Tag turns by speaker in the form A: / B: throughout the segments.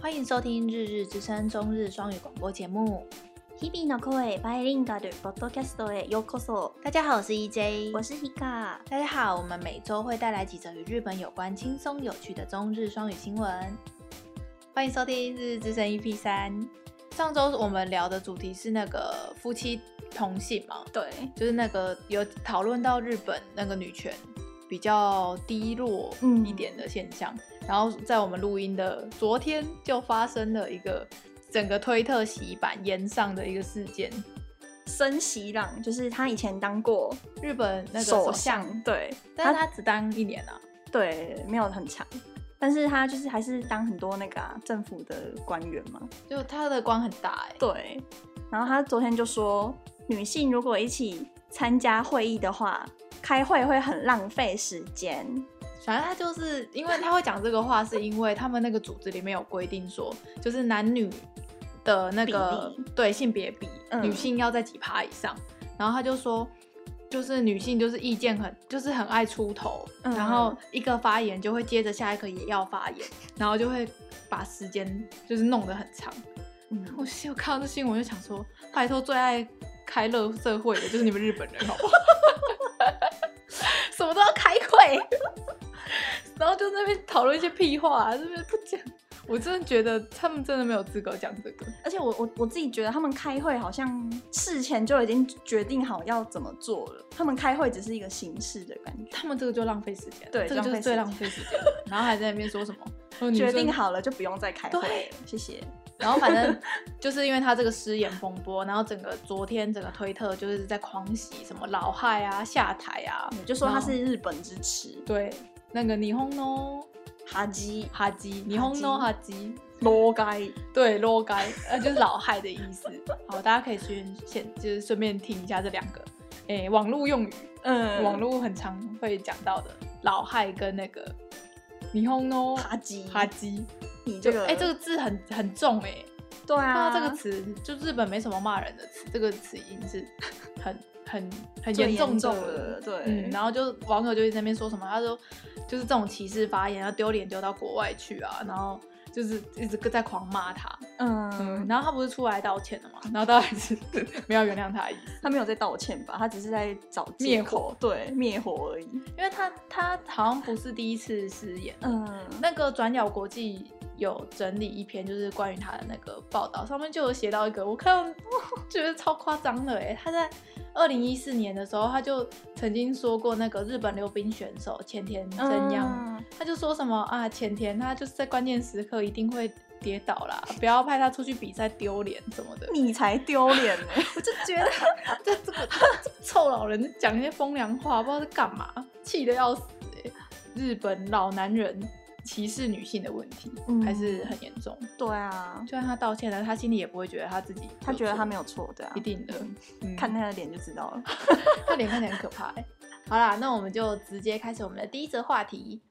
A: 欢迎收听《日日之声》中日双语广播节目。
B: 日々の声バイリンガルポッドキャストへようこそ。
A: 大家好，我是 E EJ，
B: 我是 Hika。
A: 大家好，我们每周会带来几则与日本有关、轻松有趣的中日双语新闻。欢迎收听《日日之声》EP 三。上周我们聊的主题是那个夫妻同性嘛，
B: 对，
A: 就是那个有讨论到日本那个女权比较低落一点的现象，然后在我们录音的昨天就发生了一个整个推特洗版延上的一个事件，
B: 森喜朗就是他以前当过
A: 日本那个
B: 首
A: 首相，
B: 对，
A: 但是他只当一年啊，
B: 对没有很长，但是他就是还是当很多那个、啊、政府的官员嘛，
A: 就他的官很大哎、
B: 对。然后他昨天就说，女性如果一起参加会议的话，开会会很浪费时间。
A: 反正他就是因为他会讲这个话，是因为他们那个组织里面有规定说，就是男女的那个
B: 比例
A: 对性别比，
B: 嗯
A: 女性要在几趴以上。然后他就说，就是女性就是意见很，就是很爱出头，
B: 嗯
A: 然后一个发言就会接着下一个也要发言，然后就会把时间就是弄得很长。
B: 嗯
A: 我是有看到这新闻，我就想说，拜托，最爱开乐社会的就是你们日本人，好不好？ 什么都要开会，然后就那边讨论一些屁话、这边不讲。我真的觉得他们真的没有资格讲这个。
B: 而且我我我自己觉得他们开会好像事前就已经决定好要怎么做了，他们开会只是一个形式的感觉，
A: 他们这个就浪费时间，
B: 对
A: 这个就是最浪费时间的。然后还在那边说 什么哦女生
B: 决定好了就不用再开会
A: 对
B: 了。谢谢。
A: 然后反正就是因为他这个失言风波，然后整个昨天整个推特就是在狂喜什么老害啊、下台啊，
B: 就说他是日本支持
A: 对那个霓虹呢。
B: 哈基
A: 哈基，霓虹诺哈基，
B: 罗该，
A: 对，若干，呃，就是老害的意思。好，大家可以顺先就是顺便听一下这两个，诶、网络用语，
B: 嗯
A: 网络很常会讲到的老害跟那个霓虹诺
B: 哈基
A: 哈基，
B: 你这
A: 就
B: 个
A: 哎、这个字很很重哎、
B: 对
A: 看
B: 啊，
A: 到这个词，就日本没什么骂人的词，这个词已经是很很很
B: 最
A: 严重
B: 严重
A: 的
B: 的，对
A: 嗯，然后就网友就一直在那边说什么，他说就是这种歧视发言，要丢脸丢到国外去啊，然后就是一直在狂骂他，嗯，
B: 嗯，
A: 然后他不是出来道歉了嘛， 然后当然是没有原谅他的意思，
B: 他没有在道歉吧？他只是在找借口，对，灭火而已。
A: 因为他他好像不是第一次失言，
B: 嗯，
A: 那个转角国际有整理一篇，就是关于他的那个报道，上面就有写到一个，我看到觉得超夸张的哎，他在二零一四年的时候，他就曾经说过那个日本溜冰选手前田真央，
B: 嗯？
A: 他就说什么啊，前田他就是在关键时刻一定会跌倒啦，不要派他出去比赛丢脸什么的，
B: 你才丢脸呢！ 我就觉得
A: 这这个这个臭老人讲一些风凉话，不知道在干嘛，气得要死哎、日本老男人歧视女性的问题、
B: 嗯
A: 还是很严重，
B: 对啊
A: 就，算他道歉了，他心里也不会觉得他自己有错，
B: 他觉得他没有错，对啊
A: 一，定的。嗯
B: 看他的脸就知道了。
A: 他脸看起来很可怕哎、好啦，那我们就直接开始我们的第一则话题。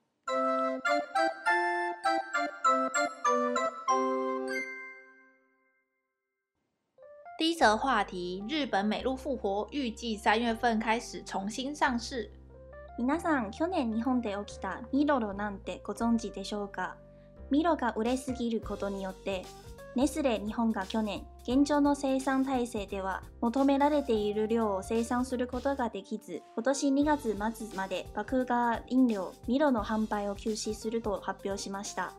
A: 第一则话题：日本美露复活，预计三月份开始重新上市。
B: 皆さん、去年日本で起きたミロロなんてご存知でしょうかミロが売れすぎることによって、ネスレ日本が去年、現状の生産体制では求められている量を生産することができず、今年2月末まで爆芽飲料ミロの販売を休止すると発表しました。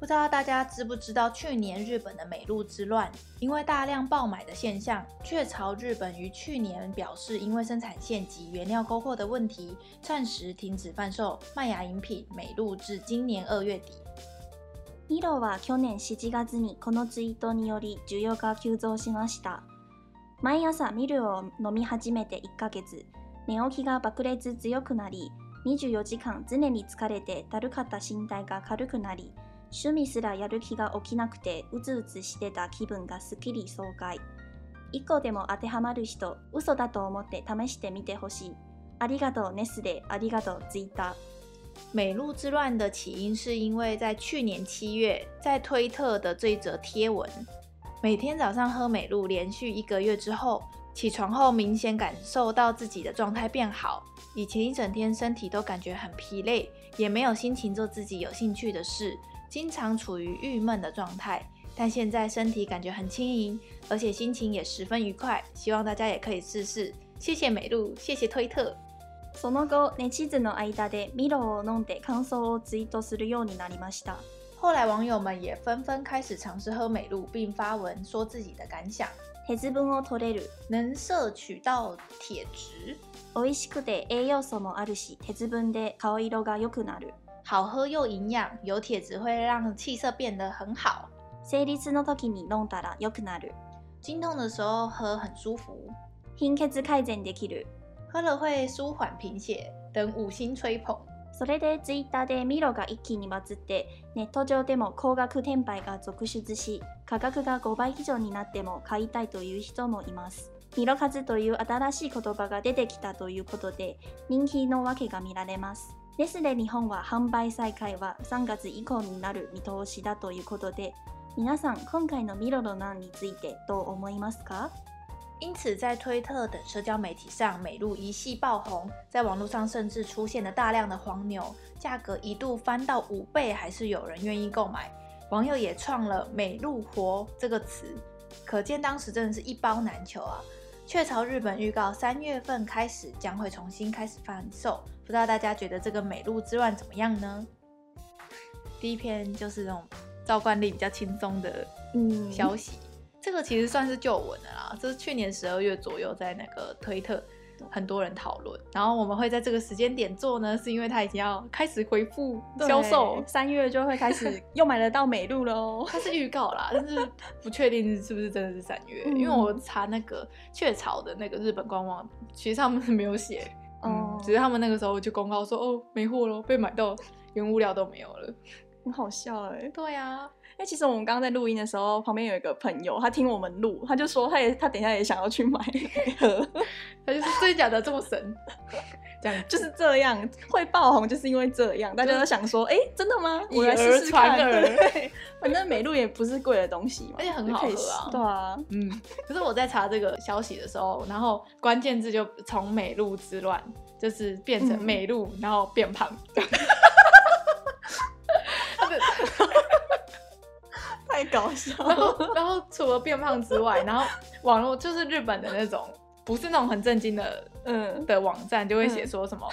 A: 不知道大家知不知道，去年日本的美露之乱，因为大量爆买的现象，雀巢日本于去年表示，因为生产线及原料供货的问题，暂时停止贩售麦芽饮品美露至今年二月底。
B: ミロは去年7月にこのツイートにより需要が急増しました。毎朝ミルを飲み始めて1ヶ月、寝起きが爆裂強くなり、24時間常に疲れてだるかった身体が軽くなり、趣味すらやる気が起きなくてうつうつしてた気分がすっきり爽快。1個でも当てはまる人、嘘だと思って試してみてほしい。ありがとうネスレ、ありがとうツイッター。
A: 美露之乱的起因是因为在去年七月，在推特的这一则贴文，每天早上喝美露，连续一个月之后，起床后明显感受到自己的状态变好，以前一整天身体都感觉很疲累，也没有心情做自己有兴趣的事，经常处于郁闷的状态，但现在身体感觉很轻盈，而且心情也十分愉快。希望大家也可以试试。谢谢美露，谢谢推特。
C: その後、寝地図の間でミロを飲んで感想をツイートするようになりました。
A: 后来网友们也纷纷开始尝试喝美露，并发文说自己的感想。
C: 鉄分を取れる。
A: 能摄取到铁质，
C: 美味しくて栄養素もあるし、鉄分で顔色が良くなる。
A: 好喝又营养，有铁质会让气色变得很好。
C: 生理痛の時に飲んだら良くなる。
A: 经痛的时候喝很舒服，
C: 貧血改善できる。
A: 喝了会舒缓贫血等五星吹捧。
C: それでツイッターでミロが一気にバズって、ネット上でも高額転売が続出し、価格が5倍以上になっても買いたいという人もいます。ミロ数という新しい言葉が出てきたということで、人気の訳が見られます。ですで日本は販売再開は3月以降になる見通しだということで、皆さん今回のミロの難についてどう思いますか
A: 因此，在推特等社交媒体上，美露一系爆红，在网络上甚至出现了大量的黄牛，价格一度翻到五倍，还是有人愿意购买。网友也创了“美露活”这个词，可见当时真的是一包难求啊！雀巢日本预告三月份开始将会重新开始贩售，不知道大家觉得这个美露之乱怎么样呢？第一篇就是这种照惯例比较轻松的
C: うん
A: 消息。这个其实算是旧闻了啦，这是去年十二月左右在那个推特很多人讨论，然后我们会在这个时间点做呢，是因为它已经要开始恢复销售，
C: 三月就会开始又买得到美露了 哦。
A: 它是预告啦，但是不确定是不是真的是三月，
C: 嗯
A: 因为我查那个雀巢的那个日本官网，其实他们是没有写，
B: 哦
A: 嗯，只是他们那个时候就公告说哦没货了，被买到原物料都没有了，
B: 很好笑哎、因
A: 对啊，
B: 为其实我们刚刚在录音的时候，旁边有一个朋友，他听我们录，他就说他也他等一下也想要去买喝，
A: 他就是真的假的这么神， 这样
B: 就是这样会爆红，就是因为这样，大家都想说，哎、真的吗？我来
A: 以
B: 试
A: 讹
B: 试
A: 传
B: 看。
A: 讹
B: 对， 反正美露也不是贵的东西嘛，
A: 而且很好喝啊
B: 就可以试对啊，
A: 嗯，可是我在查这个消息的时候，然后关键字就从美露之乱，就是变成
B: 嗯
A: 美露，然后变胖。
B: 太搞笑
A: 然
B: 了。
A: 后，然后除了变胖之外，然后网络就是日本的那种，不是那种很震惊的
B: 嗯，
A: 的网站，就会写说什么。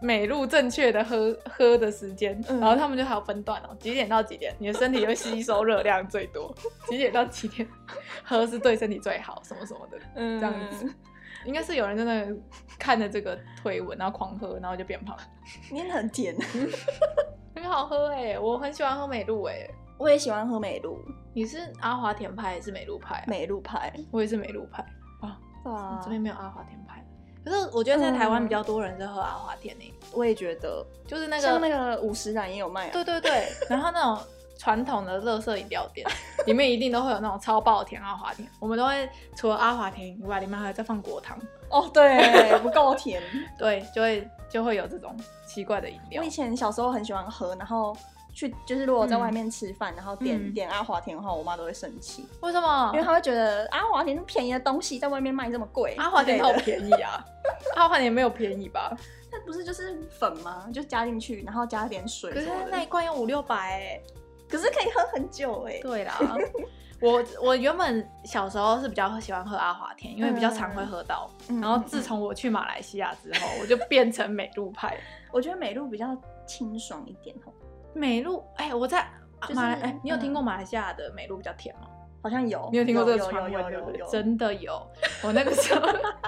A: 美露正确的喝 喝的时间，
B: 嗯
A: 然后他们就还有分段哦，几点到几点，你的身体会吸收热量最多，几点到几点 喝是对身体最好，什么什么的。
B: 嗯
A: 这样子。应该是有人真的看着这个推文，然后狂喝，然后就变胖，
B: 你很甜。
A: 很好喝哎、我很喜欢喝美露哎、
B: 我也喜欢喝美露，
A: 你是阿华田派还是美露派啊、
B: 美露派。
A: 我也是美露派，
B: 对啊
A: 这边没有阿华田派。可是我觉得在台湾比较多人是喝阿华田呢、欸
B: 我也觉得，
A: 就是那个
B: 像那个五十岚也有卖啊。
A: 对对 对，然后那种传统的乐色饮料 店里面一定都会有那种超爆甜阿华田，我们都会除了阿华田以外，里面还会再放果糖，
B: 哦，对，不够甜。
A: 对，就会就会有这种奇怪的饮料
B: 我以。前小时候很喜欢喝，然后去就是如果在外面吃饭，然后点、
A: 嗯
B: 点阿华田的话，我妈都会生气，
A: 为什么？
B: 因为她会觉得阿华田是便宜的东西，在外面卖这么贵。
A: 阿华田
B: 之
A: 好
B: 类 的，
A: 便宜啊！阿华田没有便宜吧？
B: 那不是就是粉吗？就加进去，然后加点水
A: 可是
B: 什么
A: 它那一
B: 的。
A: 罐要五六百哎。
B: 可是可以喝很久哎、
A: 对啦，我我原本小时候是比较喜欢喝阿华田，因为比较常会喝到。
B: 嗯
A: 然后自从我去马来西亚之后，我就变成美露 派。
B: 我觉得美露比较清爽一点哦，
A: 美露，哎、我在。
B: 就是
A: 马来，哎、你有
B: 嗯
A: 听过马来西亚的美露比较甜吗？
B: 好像有。
A: 你有听过这个
B: 有
A: 传
B: 有有
A: 闻？
B: 有有有
A: 真的有。我那个时候，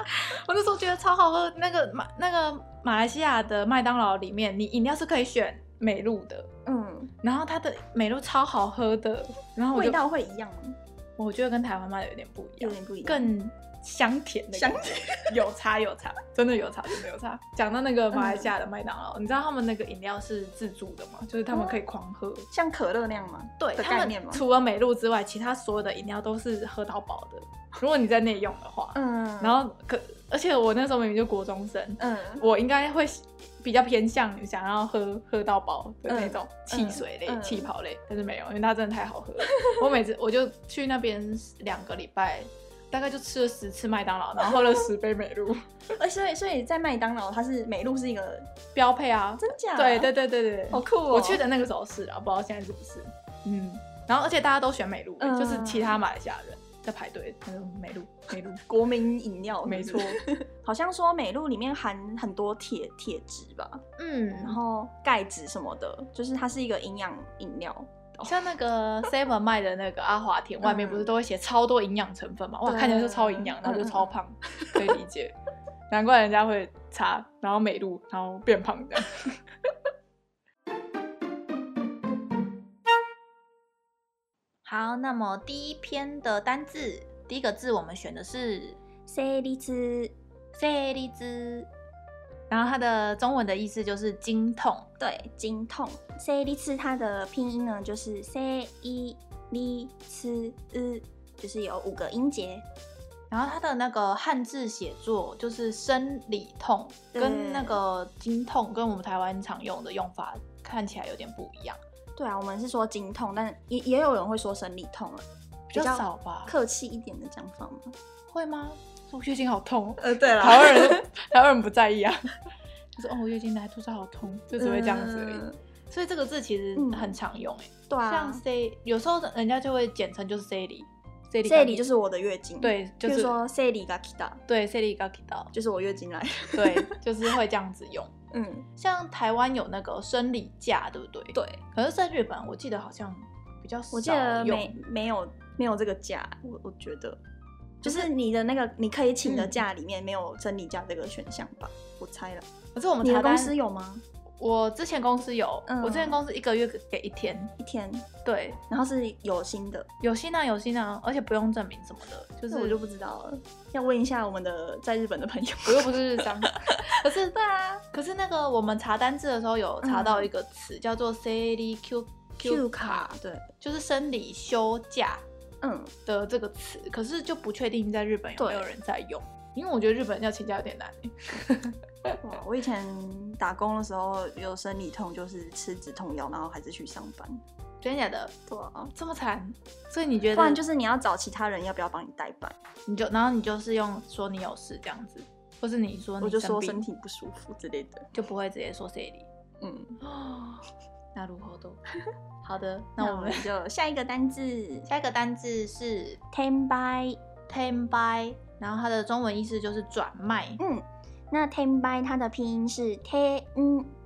A: 我那时候觉得超好喝。那个马那个马来西亚的麦当劳里面，你饮料是可以选美露的，
B: 嗯，
A: 然后它的美露超好喝的，然后我就
B: 味道会一样吗？
A: 我觉得跟台湾卖的有点不一
B: 有
A: 样，
B: 点不一样。
A: 更香甜的感觉，有差有差，真的有差，真的有差。讲到那个马来西亚的麦当
B: 嗯
A: 劳，你知道他们那个饮料是自助的吗？就是他们可以狂喝，
B: 像可乐那样吗？
A: 对
B: 哦的
A: 他
B: 概念
A: 们
B: 吗？
A: 除了美露之外，其他所有的饮料都是喝到饱的。如果你在内用的话，
B: 嗯，
A: 然后可而且我那时候明明就国中生，
B: 嗯
A: 我应该会比较偏向想要喝喝到饱的那种汽
B: 嗯
A: 水类、
B: 嗯
A: 气泡 类，但是没有，因为它真的太好喝了。我每次我就去那边两个礼拜，哎、
D: 大概就吃了十次麦当劳，然后喝了十杯美 露，
B: 呃，所以所以在麦当劳，它是美露是一个
D: 标配啊。
B: 真假？
D: 对对，对对对，
B: 好酷哦！
D: 我去的那个时候是啊，不知道现在是不是。嗯，然后而且大家都选美露、
B: 嗯
D: 就是其他马来西亚人在排队，他说美露美露，
B: 国民饮料，
D: 没错，
B: 好像说美露里面含很多铁铁质吧，然
A: 嗯，
B: 后钙质什么的，就是它是一个营养饮料。
A: 哦
D: 像那个 Seven 卖的那个阿华田，外面
B: 嗯
D: 不是都会写超多营养成分嘛？哇，
B: 对
D: 看起来就超营养，然后就超胖，
A: 嗯
D: 可以理解。难怪人家会擦，然后美露，然后变胖的。
A: 好，那么第一篇的单字，第一个字我们选 的是
B: 生理吃，
A: 塞利兹，然后它的中文的意思就是经痛。
B: 对，经痛。生理吃它的拼音呢，就是生一里吃日，就是有五个音节。
A: 然后它的那个汉字写作就是生理痛，
B: 对
A: 跟那个经痛跟我们台湾常用的用法看起来有点不一样，
B: 对啊，我们是说经痛，但也也有人会说生理痛啊，
A: 比较少吧？
B: 客气一点的讲法嘛。
A: 会吗？说月经好 痛，哦
B: 呃，对
D: 台湾人台湾人不在意啊，就说哦，我月经来，肚子好痛，就只会这样子而已。所以这个字其实
B: 嗯
A: 很常用哎、
B: 对啊，
A: 像 C 有时候人家就会简称就是 C 里，C 里
B: 这里就是我的月经，，
A: 对，就
B: 譬如
A: 是
B: 说这里が来た，
A: 对 C 里 g a k i d
B: 就是我月经 来，
A: 对，就是会这样子用。
B: 嗯，
A: 像台湾有那个生理假，对不对？。
B: 对，
A: 可是在日本，我记得好像比较少
B: 我记得
A: 用
B: 没没有没有这个假，我我觉得就是嗯你的那个你可以请的假里面没有生理假这个选项吧，我猜了。
A: 可是我们
B: 你
A: 台
B: 的
A: 湾
B: 公司有吗？
A: 我之前公司有，
B: 嗯
A: 我之前公司一个月给一天，
B: 一天，
A: 对，
B: 然后是有薪的，
A: 有薪啊有薪啊，而且不用证明什么的，就
B: 就是
A: 是
B: 我就不知道了，要问一下我们的在日本的朋 友。
A: 我又不是日商，可是对啊，可是那个我们查单字的时候有查到
B: 嗯
A: 一个词、叫做 C D Q
B: Q 卡，对，
A: 就是生理休假
B: 嗯，
A: 的这个词，可是就不确定在日本有没有
B: 对
A: 人在用，因为我觉得日本要请假有点难欸、
B: 哇，我以前打工的时候有生理痛，就是吃止痛药，然后还是去上班。
A: 真的假的
B: 对啊，
A: 这么惨？所以你觉得？
B: 不然就是你要找其他人要不要帮你代班，
A: 你就然后你就是用说你有事这样子，或是你说你
B: 我就说
A: 病
B: 身体不舒服之类的。
A: 就不会直接说 C D。
B: 嗯，
A: 那如何 都好的，那
B: 那
A: 我
B: 我
A: 们
B: 们 就下一个单字
A: 下一个单字是
B: ten by。
A: ten by，然后它的中文意思就是转卖。
B: 嗯，那 ten by 它的拼音是 ten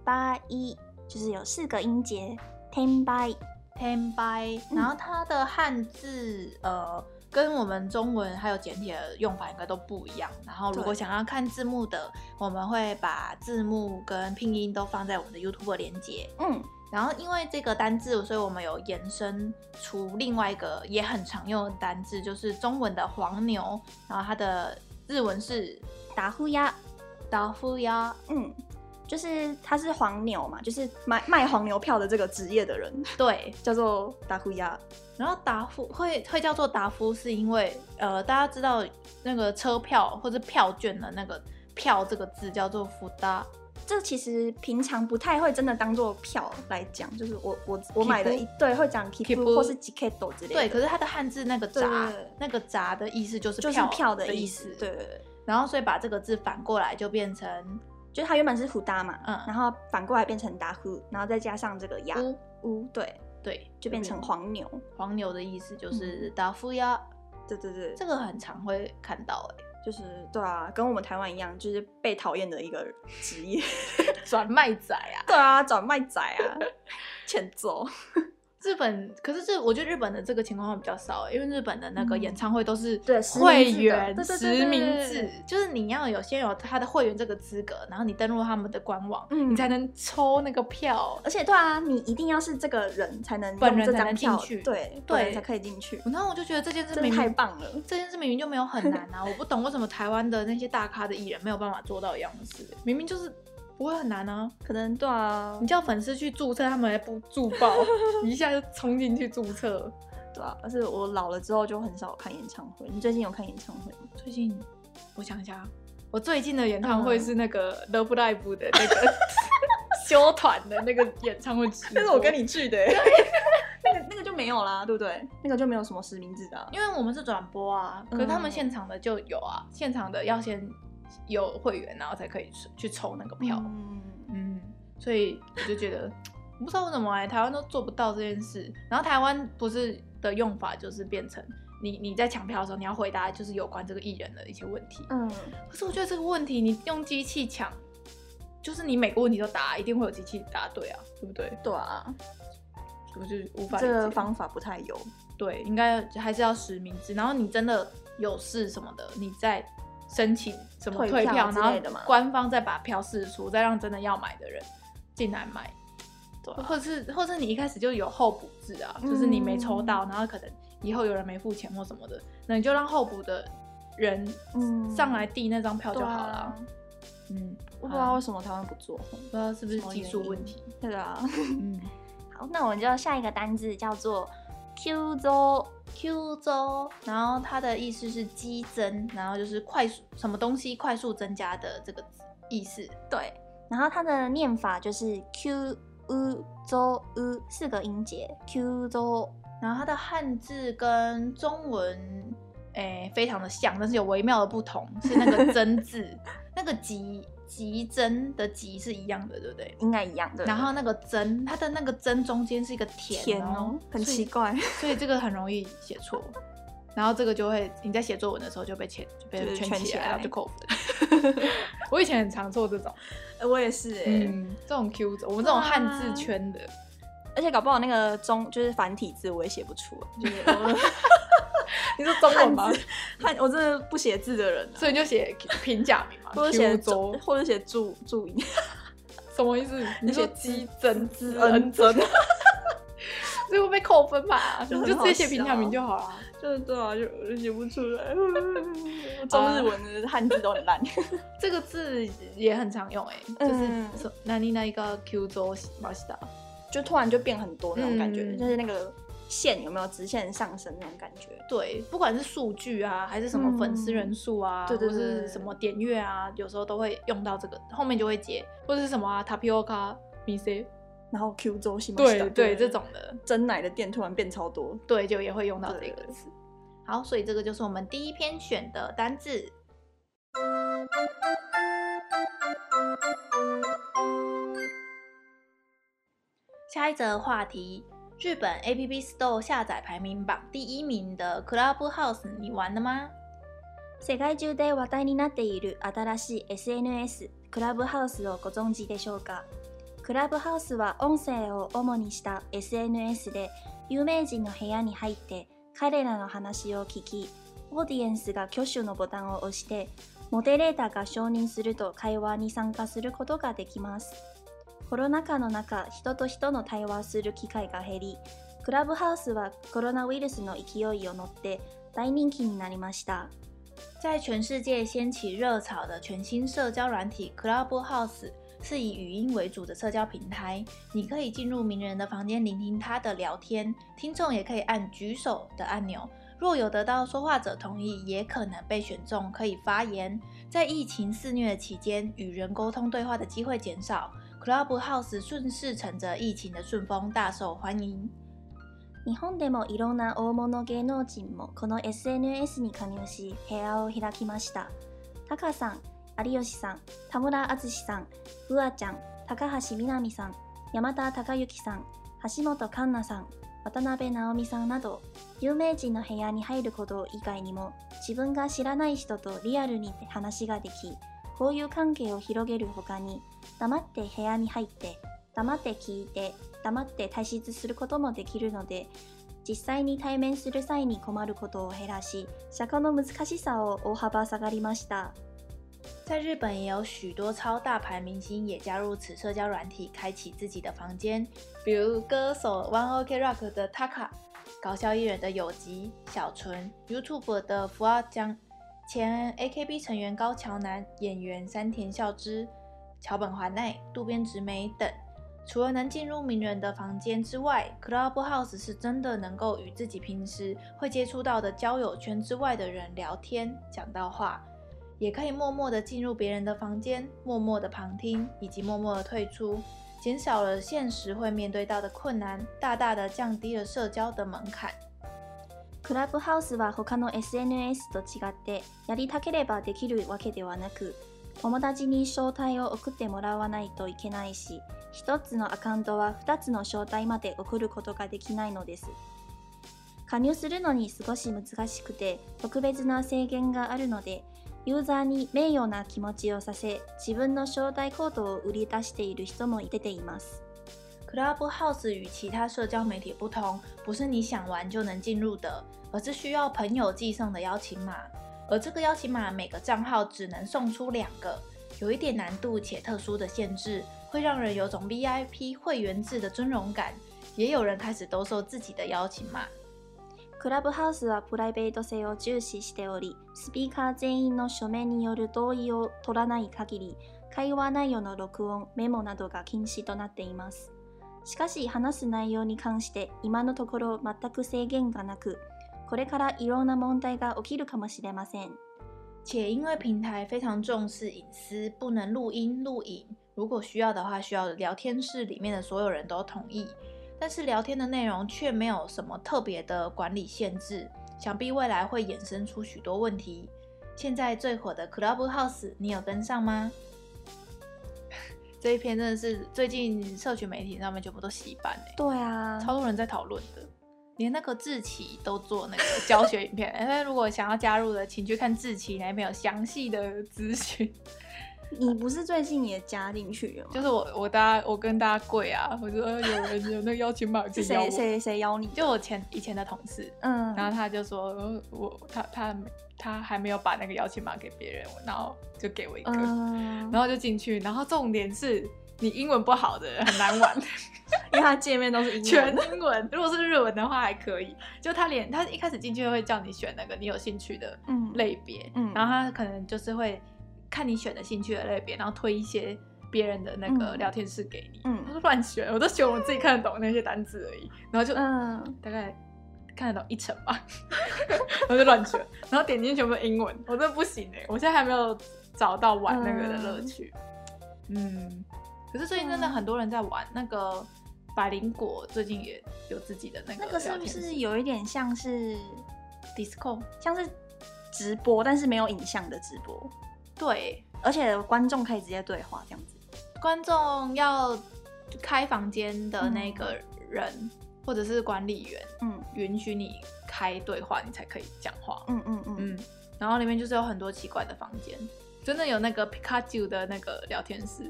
B: by 一，就是有四个音节。ten by，
A: ten by，
B: 嗯
A: 然后它的汉字呃跟我们中文还有简体的用法应该都不一样。然后如果
B: 对
A: 想要看字幕的，我们会把字幕跟拼音都放在我们的 YouTube 连接。
B: 嗯，
A: 然后因为这个单字，所以我们有延伸出另外一个也很常用的单字，就是中文的黄牛，然后它的日文是
B: 打呼呀，
A: 达夫鸭。
B: 嗯，就是它是黄牛嘛，就是卖卖黄牛票的这个职业的人
A: 对，
B: 叫做打呼呀。
A: 然后达夫会会叫做达夫，是因为呃，大家知道那个车票或者票券的那个票这个字叫做福达，
B: 这其实平常不太会真的当做票来讲，就是我我我买的
A: Kipu
B: 一对会讲 k i p
A: Kipu
B: 或是 j i k e t 之类
A: 对，
B: 的，
A: 可是它的汉字那个
B: 对
A: 闸
B: 对对，
A: 那个闸的意思就是
B: 就是票
A: 的
B: 的意
A: 思
B: 思。，对对对，
A: 然后所以把这个字反过来就变成
B: 就是它原本是胡搭嘛，
A: 嗯
B: 然后反过来变成打呼，然后再加上这个呀
A: 乌，
B: 乌，对，
A: 对，
B: 就变成黄牛。
A: 黄牛的意思
B: 嗯
A: 就是达夫鸭，
B: 对对对，
A: 这个很常会看到 哎、
B: 就是对啊，跟我们台湾一样，就是被讨厌的一个职 业。
A: 转卖仔啊。
B: 对啊，转卖仔啊，欠 揍。
A: 日本可是这，我觉得日本的这个情况会比较少欸，因为日本的那个
B: 嗯
A: 演唱会都是
B: 对实名制的
A: 会员
B: 对对对
A: 实
B: 对
A: 名
B: 对
A: 制，就是你要有先有他的会员这个资格，然后你登录他们的官网，
B: 嗯
A: 你才能抽那个票。
B: 而且对啊，你一定要是这个人才能
A: 本
B: 用
A: 人
B: 这
A: 才能
B: 张
A: 进
B: 票，
A: 去
B: 对
A: 对
B: 本人才可以进去，
A: 然后我就觉得这件事
B: 真
A: 明
B: 的太
A: 明
B: 棒了。
A: 这件事明明就没有很难啊，我不懂为什么台湾的那些大咖的艺人没有办法做到一样的事，明明就是不会很难啊。
B: 可能对啊
A: 你，叫粉丝去注册，他们还不注 爆，一下就冲进去注册。
B: 对啊，而且我老了之后就很少看演唱会。你最近有看演唱会吗？
A: 最近嗯 我想一下，我最近的演唱会是那个 Love Live 的那个、纠团的那个演唱会直播。
B: 但是我跟你去的、欸，那个那个就没有啦，对不对？那个就没有什么实名制的啊、
A: 因为我们是转播啊，可是他们现场的就有啊，现场的要先有会员，然后才可以去抽那个票。
B: 嗯，
A: 嗯，所以我就觉得，我不知道为什么哎、台湾都做不到这件事。然后台湾不是的用法就是变成你你在抢票的时候，你要回答就是有关这个艺人的一些问题。
C: 嗯，
A: 可是我觉得这个问题，你用机器抢，就是你每个问题都答，一定会有机器答对啊，对不对？
B: 对啊，
A: 我就无法理
B: 这
A: 解
B: 个方法不太有。
A: 对，应该还是要实名制。然后你真的有事什么的，你再申请什么退
B: 退票
A: 票，
B: 之
A: 然后
B: 类的嘛
A: 官方再把票释出，再让真的要买的人进来买。对、啊或是或是你一开始就有候补制啊，就是你没抽到，然后可能以后有人没付钱或什么的，那你就让候补的人
C: 嗯
A: 上来递那张票就
B: 对啊
A: 好了。嗯，
B: 我不知道为什么台湾不做。
A: 不知道是不是
B: 什么
A: 技
B: 原
A: 术
B: 因
A: 问 题。
B: 对啊，
A: 嗯，
C: 好，那我们就下一个单字叫做 Q 周
A: Q 周，然后它的意思是激增，然后就是快速什么东西快速增加的这个意思。
C: 对，然后它的念法就是 Q u 周 u 四个音节 Q 周
A: 然后它的汉字跟中文诶非常的像，但是有微妙的不同，是那个增字，那个急急增的急是一样的，对不对？
C: 应该一样的。
A: 然后那个增，它的那个增中间是一个田
B: 甜
A: 哦
B: 哦，很
A: 所以
B: 奇怪，
A: 所以这个很容易写错。然后这个就会，你在写作文的时候就被圈就
B: 就
A: 被
B: 是
A: 圈
B: 圈
A: 起
B: 起
A: 来，然后
B: 来
A: 就扣分。 我以前很常做这种，
B: 我也是哎、
A: 嗯，这种 Q 字，我们这种汉字圈的，
B: 而且搞不好那个中就是繁体字我也写不出，就是
A: 你说中文吗
B: 汉？字汉我真的不写字的人、啊，
A: 所以你就写平假名嘛，
B: 或者写
A: Q 周
B: 中，，或者写注注音，
A: 什么意思？你说
B: 写
A: 激增
B: 之
A: 之
B: 恩
A: 恩增， 所以会被扣分吧？
B: 就
A: 你
B: 很
A: 就直接
B: 好
A: 写平假
B: 笑
A: 名就好了。
B: 就是对啊，就我就写不出 来。我中日文的汉字都很烂，
A: 这个字也很常用哎，
B: 嗯
A: 就是那你那一个 Q 周马西达，
B: 就突然就变很多那种感觉，
A: 嗯
B: 就是那个线有没有直线上升那种感觉。
A: 对，不管是数据啊，还是什么粉丝人数啊，
B: 嗯对对
A: 或
B: 对
A: 是什么点阅啊，有时候都会用到这个，后面就会接，或者是什么啊，tapioca m i s
B: 然后 Q 周西
A: 对对，这种的，
B: 真奶的店突然变超多，
A: 对，就也会用到这
B: 对
A: 个词。好，所以这个就是我们第一篇选的单字。下一则话题：日本 A P P Store 下载排名榜第一名的 Clubhouse，你玩了吗？
C: 世界中で話題になっている新しい SNS クラブハウスをご存知でしょうかクラブハウスは音声を主にした SNS で有名人の部屋に入って彼らの話を聞きオーディエンスが挙手のボタンを押してモデレーターが承認すると会話に参加することができますコロナ禍の中人と人の対話をする機会が減りクラブハウスはコロナウイルスの勢いを乗って大人気になりました
A: 在全世界掀起热潮的全新社交软体 Clubhouse 是以语音为主的社交平台，你可以进入名人的房间聆听他的聊天，听众也可以按举手的按钮。若有得到说话者同意，也可能被选中，可以发言。在疫情肆虐期间，与人沟通对话的机会减少，Clubhouse 顺势乘着疫情的顺风大受欢迎。
C: 日本でもいろんな大物芸能人もこの SNS に加入し部屋を開きましたタカさん有吉さん田村淳さんフワちゃん高橋みなみさん山田孝之さん橋本環奈さん渡辺直美さんなど有名人の部屋に入ること以外にも自分が知らない人とリアルに話ができ交友関係を広げるほかに黙って部屋に入って黙って聞いて黙って退出することもできるので実際に対面する際に困ることを減らし社交の難しさを大幅下がりました
A: 在日本也有许多超大牌明星也加入此社交软体，开启自己的房间，比如歌手 One Ok Rock 的 Taka，搞笑艺人的有吉、小纯，YouTube 的福尔江，前 AKB 成员高桥南、演员山田孝之、桥本环奈、渡边直美等。除了能进入名人的房间之外，Clubhouse 是真的能够与自己平时会接触到的交友圈之外的人聊天、讲到话，也可以默默的进入别人的房间，默默的旁听，以及默默的退出。减少了现实会面对到的困难，大大的降低了社交的门槛。
C: クラブハウスは他の SNS と違ってやりたければできるわけではなく友達に招待を送ってもらわないといけないし1つのアカウントは2つの招待まで送ることができないのです加入するのに少し難しくて特別な制限があるのでユーザーに名誉な気持ちをさせ自分の招待コードを売り出している人も出ています
A: Clubhouse 与其他社交媒体不同，不是你想玩就能进入的，而是需要朋友寄送的邀请码。而这个邀请码每个账号只能送出两个，有一点难度且特殊的限制，会让人有种 VIP 会员制的尊荣感。也有人开始兜售自己的邀请码。
C: クラブハウスはプライベート性を重視しており、スピーカー全員の署名による同意を取らない限り、会話内容の録音、メモなどが禁止となっています。しかし、話す内容に関して今のところ全く制限がなく、これからいろんな問題が起きるかもしれません。
A: 且因为平台非常重视隐私，不能录音录影。如果需要的话，需要聊天室里面的所有人都同意。但是聊天的内容却没有什么特别的管理限制，想必未来会衍生出许多问题。现在最火的 Clubhouse，你有跟上吗？ 这一篇真的是最近社群媒体上面全部都洗版哎、
C: 对啊
A: 超多人在讨论的，连那个志奇都做那个教学影片。 那如果想要加入的，请去看志奇那边有详细的资讯。
B: 你不是最近也加进去了吗？
A: 就是我我大家我跟大家跪啊，我说呃有人有那个邀请码可
B: 是
A: 以邀啊
B: 谁
A: 我，
B: 谁谁邀你？
A: 就我前以前的同事，
C: 嗯
A: 然后他就说呃我他他他还没有把那个邀请码给别人，然后就给我一个，
B: 嗯，
A: 然后就进去，然后重点是你英文不好的人很难 玩。
B: 因为它界面都是英
A: 全
B: 文，
A: 英文，如果是日文的话还可以。就他连他一开始进去会叫你选那个你有兴趣的
B: 嗯，
A: 类别，
B: 嗯
A: 然后他可能就是会看你选的兴趣的类别，然后推一些别人的那个
B: 嗯
A: 聊天室给你。
B: 嗯
A: 他说乱选，我都选我自己看得懂的那些单字而已，然后就、
B: 嗯，
A: 大概看得懂一成吧， 然后就乱选，然后点进去全部都英文，我真的不行哎、我现在还没有找到玩那个的乐趣。嗯，可是最近真的
C: 嗯
A: 很多人在玩那个百灵果，最近也有自己的那个
C: 那个
A: 聊
C: 是不
A: 天室
C: 是有一点像是
A: Discord？
C: 像是
B: 直播，但是没有影像的直播，
A: 对，
B: 而且观众可以直接对话这样子。
A: 观众要开房间的那
C: 嗯
A: 个人、或者是管理员
B: 嗯
A: 允许你开对话，你才可以讲话。
B: 嗯嗯嗯，
A: 嗯，然后里面就是有很多奇怪的房间，真的有那个皮卡丘的那个聊天室，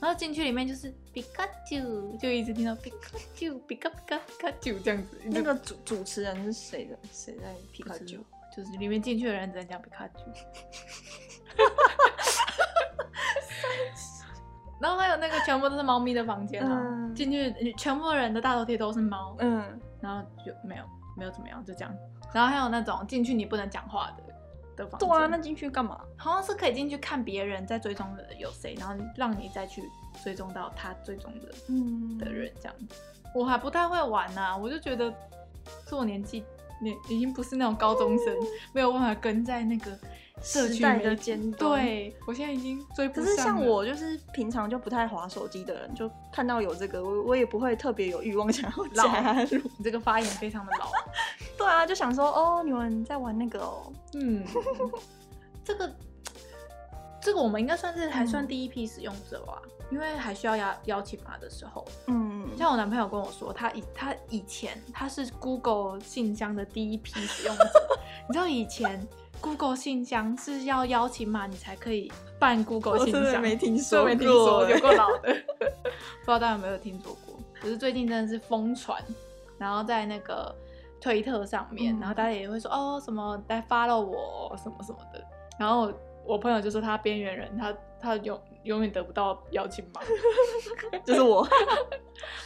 A: 然后进去里面就是皮卡丘，就一直听到皮卡丘、皮卡皮卡皮卡丘这样子，
B: 那个主主持人是谁的？谁在
A: 皮
B: 皮卡
A: 卡
B: 丘
A: 丘？就是里面进去的人只能讲皮卡丘。 然后还有那个全部都是猫咪的房间啊，
B: 嗯
A: 进去全部人的大头贴都是猫，
B: 嗯，
A: 然后就没有没有怎么样，就这样。然后还有那种进去你不能讲话的的房间，
B: 对啊，那进去干嘛？
A: 好像是可以进去看别人在追踪的有谁，然后让你再去追踪到他追踪的
B: 嗯
A: 的人这样子。我还不太会玩呐、我就觉得是我年纪年已经不是那种高中生，没有办法跟在那个社
B: 时
A: 区
B: 代
A: 媒
B: 的
A: 体
B: 尖端
A: 对我现在已经追不
B: 可
A: 上
B: 是像
A: 了
B: 我就是平常就不太划手机的人，就看到有这个，我我也不会特别有欲望想要加入。
A: 你这个发言非常的老，
B: 对啊，就想说哦，你们在玩那个哦，
A: 嗯，这个这个我们应该算是还算
B: 嗯
A: 第一批使用者吧，因为还需要邀邀请码的时候。
B: 嗯，
A: 像我男朋友跟我说，他以他以前他是 Google 信箱的第一批使用者。 你知道以前 Google 信箱是要邀请码你才可以办 Google
B: 我
A: 信
B: 真的
A: 箱，
B: 没听
A: 真的
B: 说
A: 没听
B: 过
A: 说，
B: 欸
A: 有够老的， 不知道大家有没有听说过？可是最近真的是疯传，然后在那个推特上面，
B: 嗯
A: 然后大家也会说哦什么来 follow 我什么什么的，然后我朋友就说他边缘人，他他永永远得不到邀请码。
B: 就是我。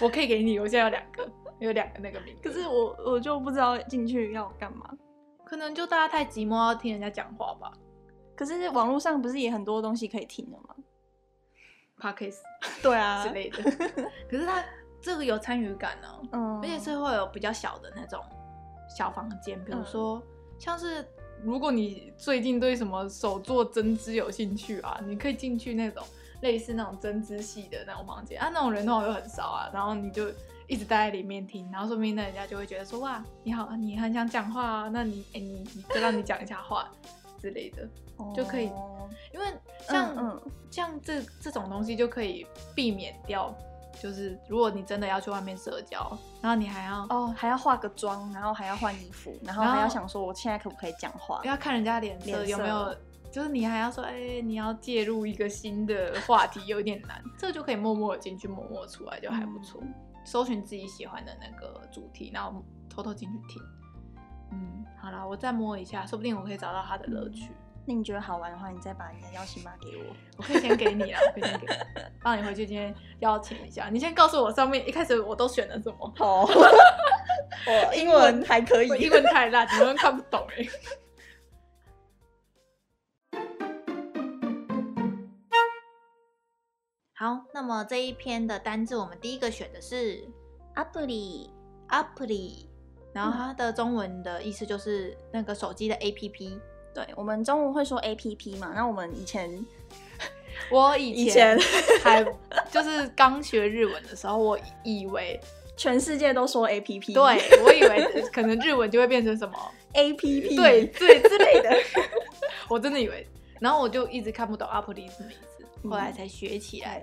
A: 我可以给你，我现在有两个，有两个那个名额。
B: 可是我我就不知道进去要干嘛。
A: 可能就大家太寂寞，要听人家讲话吧。
B: 可是网络上不是也很多东西可以听的吗？
A: Podcast
B: 对啊
A: 之，类 的，可是他这个有参与感啊呢、
B: 嗯，
A: 而且是会有比较小的那种小房间，
C: 嗯
A: 比如说、像是如果你最近对什么手做针织有兴趣啊，你可以进去那种类似那种针织系的那种房间啊，那种人通常都很少啊，然后你就一直待在里面听，然后说不定那人家就会觉得说哇，你好，你很想讲话啊，那你哎、你你就让你讲一下话之类的，就可以
C: 哦
A: 因为像、
C: 嗯嗯
A: 像这这种东西就可以避免掉。就是如果你真的要去外面社交，然后你还要
B: 哦，还要化个妆，然后还要换衣服，然后
A: 然后
B: 还要想说我现在可不可以讲话？
A: 要看人家脸
B: 脸
A: 色
B: 色
A: 有没有，就是你还要说，哎、你要介入一个新的话题，有点难。这就可以默默地进去，默默地出来，就还不错。
B: 嗯
A: 搜寻自己喜欢的那个主题，然后偷偷进去听。嗯，好啦，我再摸一下，说不定我可以找到他的乐趣。
B: 那你觉得好玩的话，你再把你的邀请码给我。
A: 我可以先给你啦，我可以先给 你，让你回去今天邀请一下。你先告诉我上面一开始我都选了什么。
B: 好，哦我英文还可以
A: 我。英文太烂，你们看不懂哎、
E: 好，那么这一篇的单字，我们第一个选的是
C: アプリ
E: apply，然
A: 嗯
E: 后它的中文的意思就是那个手机的 APP。
B: 对，我们中文会说 A P P 嘛，那我们以前
A: 我以
B: 以
A: 前
B: 前
A: 还就是刚学日文的时候，我以为
B: 全世界都说 A P P，
A: 对我以为可能日文就会变成什么
B: A P P，
A: 对对之类的，我真的以为，然后我就一直看不懂 up 里什么意思，
B: 嗯
A: 后来才学起来。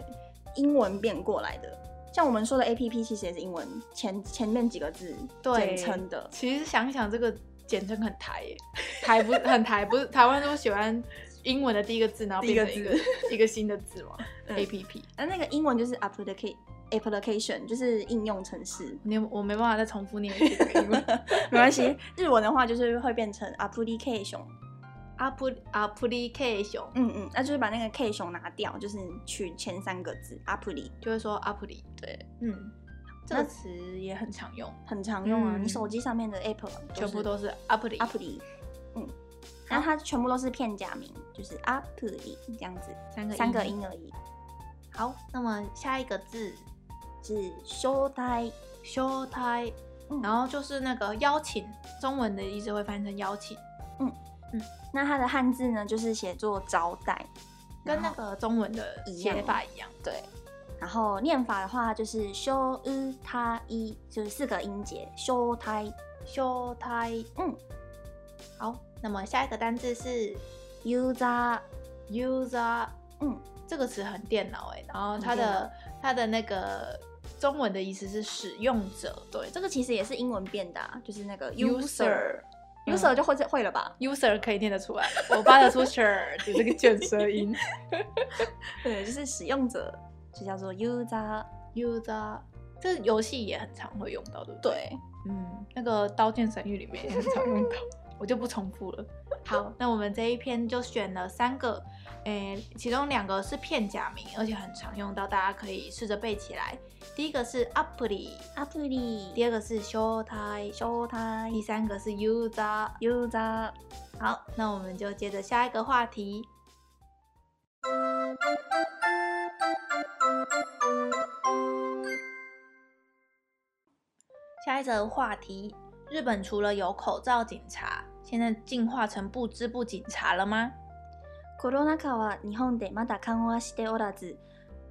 B: 英文变过来的。像我们说的 A P P，其实也是英文前前面几个字
A: 对
B: 简称的。
A: 其实想想这个简称很台耶，台不很台不是台湾都喜欢英文的第一个字，然后变成一个
B: 第一
A: 一个新的字嘛
B: 嗯
A: ，A P P。
B: 而那个英文就是 application application，就是应用程 式。
A: 你我没办法再重复念一次这个英文
B: 没关系，日文的话就是会变成 application。
A: ，up application
B: 嗯嗯，那、就是把那个 K 熊拿掉，就是取前三个字 apply，
A: 就会说 up 里，对，嗯，这个
B: 那
A: 词也很常用，
B: 很常用啊。
A: 嗯
B: 你手机上面的 app
A: 全部都是 up 里
B: apply，嗯，然后它全部都是片假名，就是 apply 这样子，
E: 三个
B: 三个音而已。
E: 好，那么下一个字
B: 是招待，
A: 修胎，
B: 嗯
A: 然后就是那个邀请，中文的意思会翻成邀请，
B: 那它的汉字呢就是写作招待，
A: 跟
B: 然
A: 那
B: 后
A: 个中文的
B: 一样
A: 写法一样。
B: 对。然后念法的话就是 show u t a i，就是四个音节 show t a i
E: 修胎。
B: 嗯，
E: 好，那么下一个单字是
B: user，
A: user
B: 嗯，
A: 这个词很电脑哎、然后
B: 很
A: 它
B: 电
A: 的它的那个中文的意思是使用者，对，这
B: 这个其实也是英文变的、啊，就是那个
A: User
B: user，user
A: 嗯
B: 就会会了吧？
A: user 可以念得出来， 我发得出 sure 只是个卷舌音
B: 对，就是使用者就叫做 user。
A: user。这游戏也很常会用到，对不对？
B: 对，
A: 嗯，那个《刀剑神域》里面也很常用 到，我就不重复了。好，那我们这一篇就选了三个，诶、其中两个是片假名，而且很常用到，大家可以试着背起来。第一个是 apply，
B: アプリ、
A: 第二个是 show tie，
B: 招待、
A: 第三个是 user。
B: user。
A: 好，那我们就接着下一个话题。
E: 下一则话题：日本除了有口罩警察，现在进化成不织布警察了吗？
C: コロナ禍は日本でまだ緩和しておらず、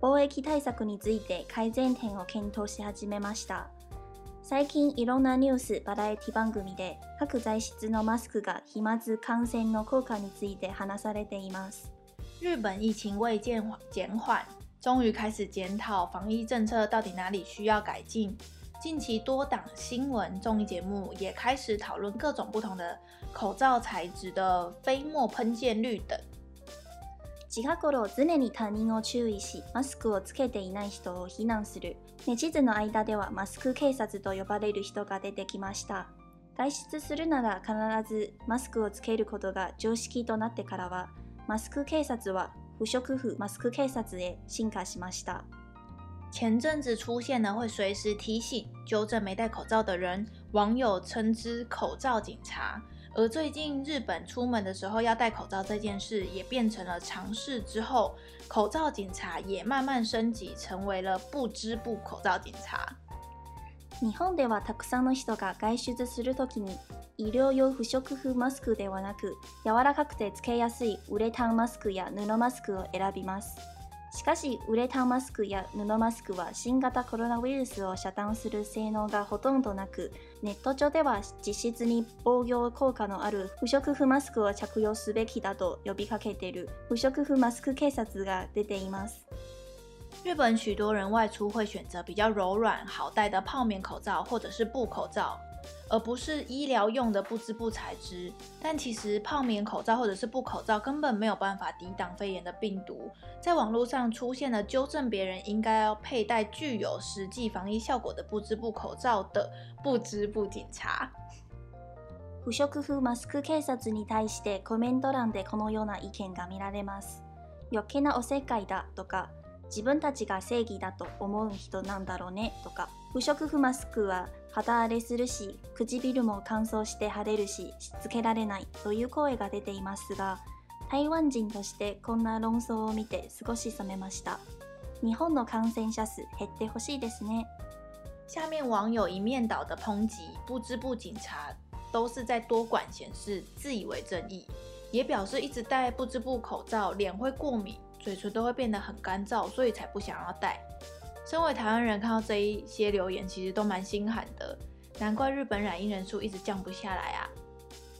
C: 貿易対策について改善点を検討し始めました。最近いろんなニュース、バラエティ番組で各材質のマスクが飛沫感染の効果について話されています。
E: 日本疫情未见缓减缓，终于开始检讨防疫政策到底哪里需要改进。近期多档新闻综艺节目也开始讨论各种不同的口罩材质的飞沫喷溅率等。
C: 近頃常に他人を注意し、マスクをつけていない人を非難する、ねちずの間ではマスク警察と呼ばれる人が出てきました。外出するなら必ずマスクをつけることが常識となってからは、マスク警察は不織布マスク警察へ進化しました。
E: 前阵子出现了会随时提醒、纠正没戴口罩的人，网友称之“口罩警察”。而最近日本出门的时候要戴口罩这件事也变成了常事之后，口罩警察也慢慢升级成为了不织布口罩警察。
C: 日本ではたくさんの人が外出するときに医療用不織布マスクではなく柔らかくてつけやすいウレタンマスクや布マスクを選びますしかしウレタンマスクや布マスクは新型コロナウイルスを遮断する性能がほとんどなくネット上では実質に防御効果のある不織布マスクを着用すべきだと呼びかけている不織布マスク警察が出ています
F: 日本许多人外出会选择比较柔软、好戴的泡棉口罩或者是布口罩，而不是医疗用的不织布材质。但其实泡棉口罩或者是布口罩根本没有办法抵挡肺炎的病毒。在网络上出现了纠正别人应该要佩戴具有实际防疫效果的不织布口罩的不织布警察。
C: 不織布マスク警察に対してコメント欄でこのような意見が見られます余計なおせっかいだとか自分たちが正義だと思う人なんだろうねとか不織布マスクは肌荒れするし唇も乾燥して腫れるししつけられないという声が出ていますが台湾人としてこんな論争を見て少し冷めました日本の感染者数減ってほしいですね
F: 下面网友一面倒的抨击不知不警察都是在多管闲事、自以为正义，也表示一直戴不织布口罩，脸会过敏，嘴唇都会变得很干燥，所以才不想要戴。身为台湾人，看到这一些留言，其实都蛮心寒的，难怪日本染疫人数一直降不下来啊！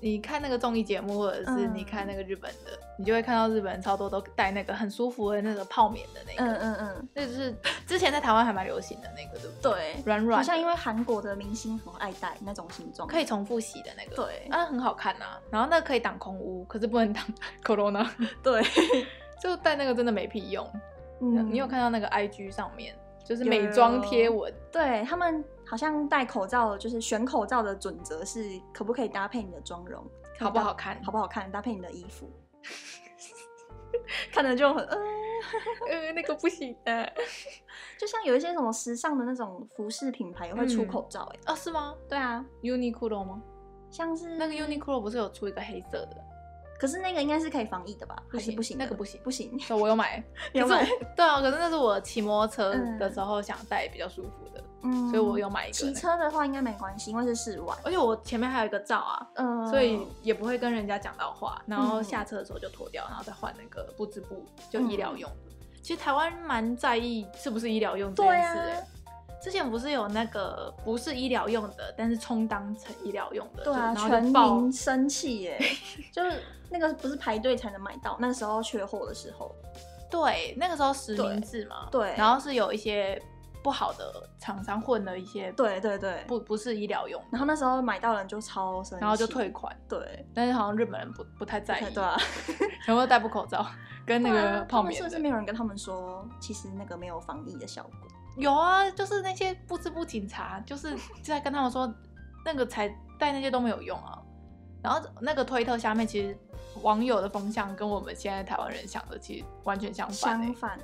A: 你看那个综艺节目，或者是
C: 嗯
A: 你看那个日本的，你就会看到日本人超多都戴那个很舒服的那个泡棉的那
B: 嗯
C: うん
A: 个，
C: うんうん
A: 那就是之前在台湾还蛮流行的那个，对不对？
B: 对，
A: 软软
C: 好
A: 的
C: 像因为韩国的明星很爱戴那种形状
A: 可以重复洗的那个，
B: 对
A: 啊，很好看啊。然后那个可以挡空污，可是不能挡 corona，
B: 对，
A: 就戴那个真的没屁用。
C: 嗯
A: 你有看到那个 IG 上面就是
B: 有有
A: 美妆贴文，
C: 对
B: 他们好像戴口罩，就是选口罩的准则是可不可以搭配你的妆容，可以搭
A: 好不好看
B: 好不好看，搭配你的衣服， 看着就很嗯、
A: 呃，那个不行的。
B: 就像有一些什么时尚的那种服饰品牌也会出
A: 嗯
B: 口罩、哎、
A: 啊，是吗
B: 对啊，
A: ？Uniqlo 吗？
B: 像是
A: 那个 Uniqlo 不是有出一个黑色的？
B: 可是那个应该是可以防疫的 吧？
A: 不
B: 还是
A: 行
B: 不行的？
A: 那个不行
B: 不 行。
A: 对，我有 买，
B: 有
A: 可是我
B: 买
A: 对啊，可是那是我骑摩托车
B: 嗯
A: 的时候想戴比较舒服的，
B: 嗯
A: 所以我有买一个、
B: 骑车的话应该没关系，因为是室外。
A: 而且我前面还有一个罩啊，
B: 嗯、
A: 所以也不会跟人家讲到话，然后
B: 嗯
A: 下车的时候就脱掉，然后再换那个布织布，就医疗用的。其实台湾蛮在意是不是医疗用这件事、
B: 对
A: 欸
B: 啊
A: 之前不是有那个不是医疗用的，但是充当成医疗用的，
B: 对啊，
A: 就然
B: 全
A: 后就爆
B: 民生 气耶！就是那个不是排队才能买到，那时候缺货的时候，
A: 对那个时候实名制嘛，
B: 对对
A: 然后是有一些不好的厂商混了一些
B: 对对对，
A: 不不是医疗用的，
B: 然后那时候买到人就超生气，
A: 然后就退款，
B: 对，
A: 但是好像日本人不不太在意，
B: 对啊，
A: 全部都戴不口罩跟那
B: 对啊
A: 个泡
B: 他们
A: 棉
B: 是
A: 的
B: 不是没有人跟他们说，其实那个没有防疫的效果？
A: 有啊，就是那些不知不警察，就是 在跟他们说，那个才带那些都没有用啊。然后那个推特下面，其实网友的风向跟我们现在台湾人想的其实完全相反、欸
B: 相。反，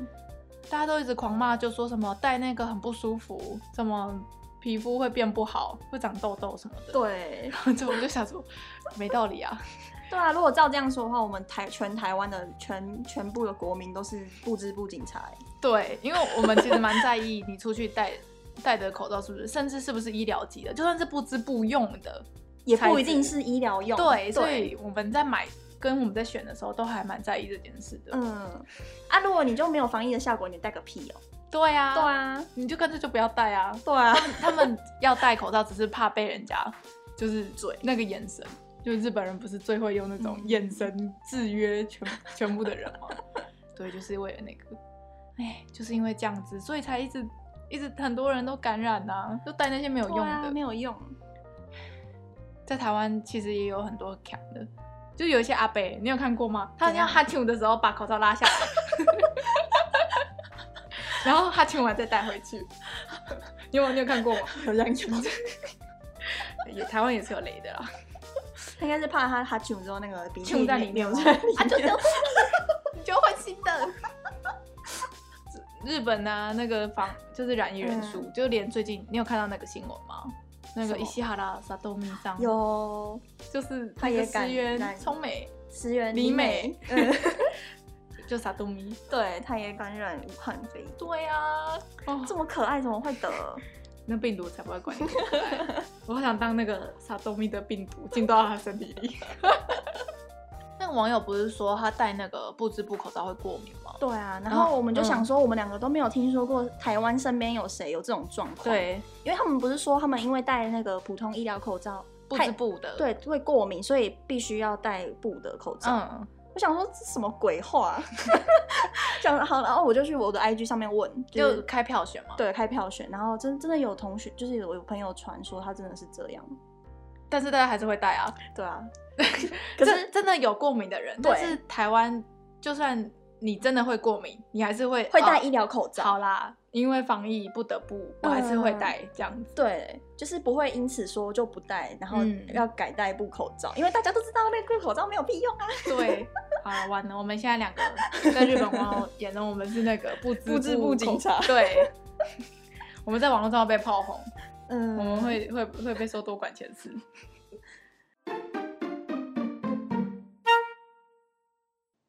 A: 大家都一直狂骂，就说什么戴那个很不舒服，什么皮肤会变不好，会长痘痘什么的。，
B: 对
A: 然后 就我就想说，没道理啊。
B: 对啊，如果照这样说的话，我们台全台湾的全全部的国民都是不知不警察耶，
A: 对，因为我们其实蛮在意你出去戴戴的口罩是不是，甚至是不是医疗级的，就算是不知不用的，
B: 也不
A: 材
B: 一定
A: 质
B: 是医疗用，
A: 对，所以我们在买跟我们在选的时候，都还蛮在意这件事的。
B: 嗯，啊，如果你就没有防疫的效果，你戴个屁哦！
A: 对啊，
B: 对，啊，
A: 你就干脆就不要戴 啊。
B: 对啊，
A: 他们要戴口罩，只是怕被人家就是嘴那个眼神。就日本人不是最会用那种眼神制约全、全部的人 吗？对，就是为了那个，哎，就是因为这样子，所以才一直一直很多人都感染啊，就戴那些没有用
B: 对啊
A: 的。
B: 没有用，
A: 在台湾其实也有很多强的，就有一些阿伯，你有看过吗？他
B: 怎
A: 像
B: 样
A: 哈欠的时候把口罩拉下来， 然后哈欠完再戴回去。你有你有看过吗？
B: 有这样用。
A: 也台湾也是有雷的啦，
B: 他应该是怕他他吐之后那个鼻涕
A: 呛在里面啊
B: 流
A: 吗
B: 出来， 他就
A: 你就换新的。日本啊，那个防就是染疫人数，就连最近你有看到那个新闻吗？那
B: 嗯什
A: 个
B: 么
A: 伊西哈拉萨多米桑，
B: 有
A: 就是
B: 他也
A: 石
B: 感
A: 原
B: 染
A: 聪美，
B: 石原
A: 里
B: 里
A: 美
B: 美，嗯，
A: 就萨多米。
B: 对，他也感染武汉肺炎，
A: 对啊，哦
B: 这么可爱怎么会得？
A: 那病毒才不会管你。 我好想当那个萨多米的病毒进到他 身体里。那个网友不是说他戴那个不织布口罩会过敏吗？
C: 好了。
B: 对啊，然后我们就想说，我们两个都没有听说过台湾身边有谁有这种状况。，
G: 对，
B: 因为他们不是说他们因为戴那个普通医疗口罩，
A: 布
B: 太
A: 织布的，，
B: 对会过敏，所以必须要戴布的口罩。
A: 嗯，
B: 我想说这什么鬼话， 想好，然后我就去我的 IG 上面问，就是
A: 就开票选嘛。
B: 对开票选，然后真真的有同学，就是有有朋友传说他真的是这样。
A: 但是大家还是会戴啊。
B: 对啊，可
A: 可
B: 是
A: 是真的有过敏的人，
B: 对
A: 但是台湾就算你真的会过敏，你还是会
B: 会戴
A: 哦
B: 医疗口罩
A: 好啦，因为防疫不得不，我还是会戴这样子。
B: 对，就是不会因此说就不戴，然后
A: 嗯
B: 要改戴布口罩，因为大家都知道那个布口罩没有屁用啊。
A: 对，啊，完了，我们现在两个在日本网友眼中，我们是那个不知
B: 不知不警察
A: 对， 我们在网络上被炮轰，
B: 嗯
A: 我们会会会被说多管闲事。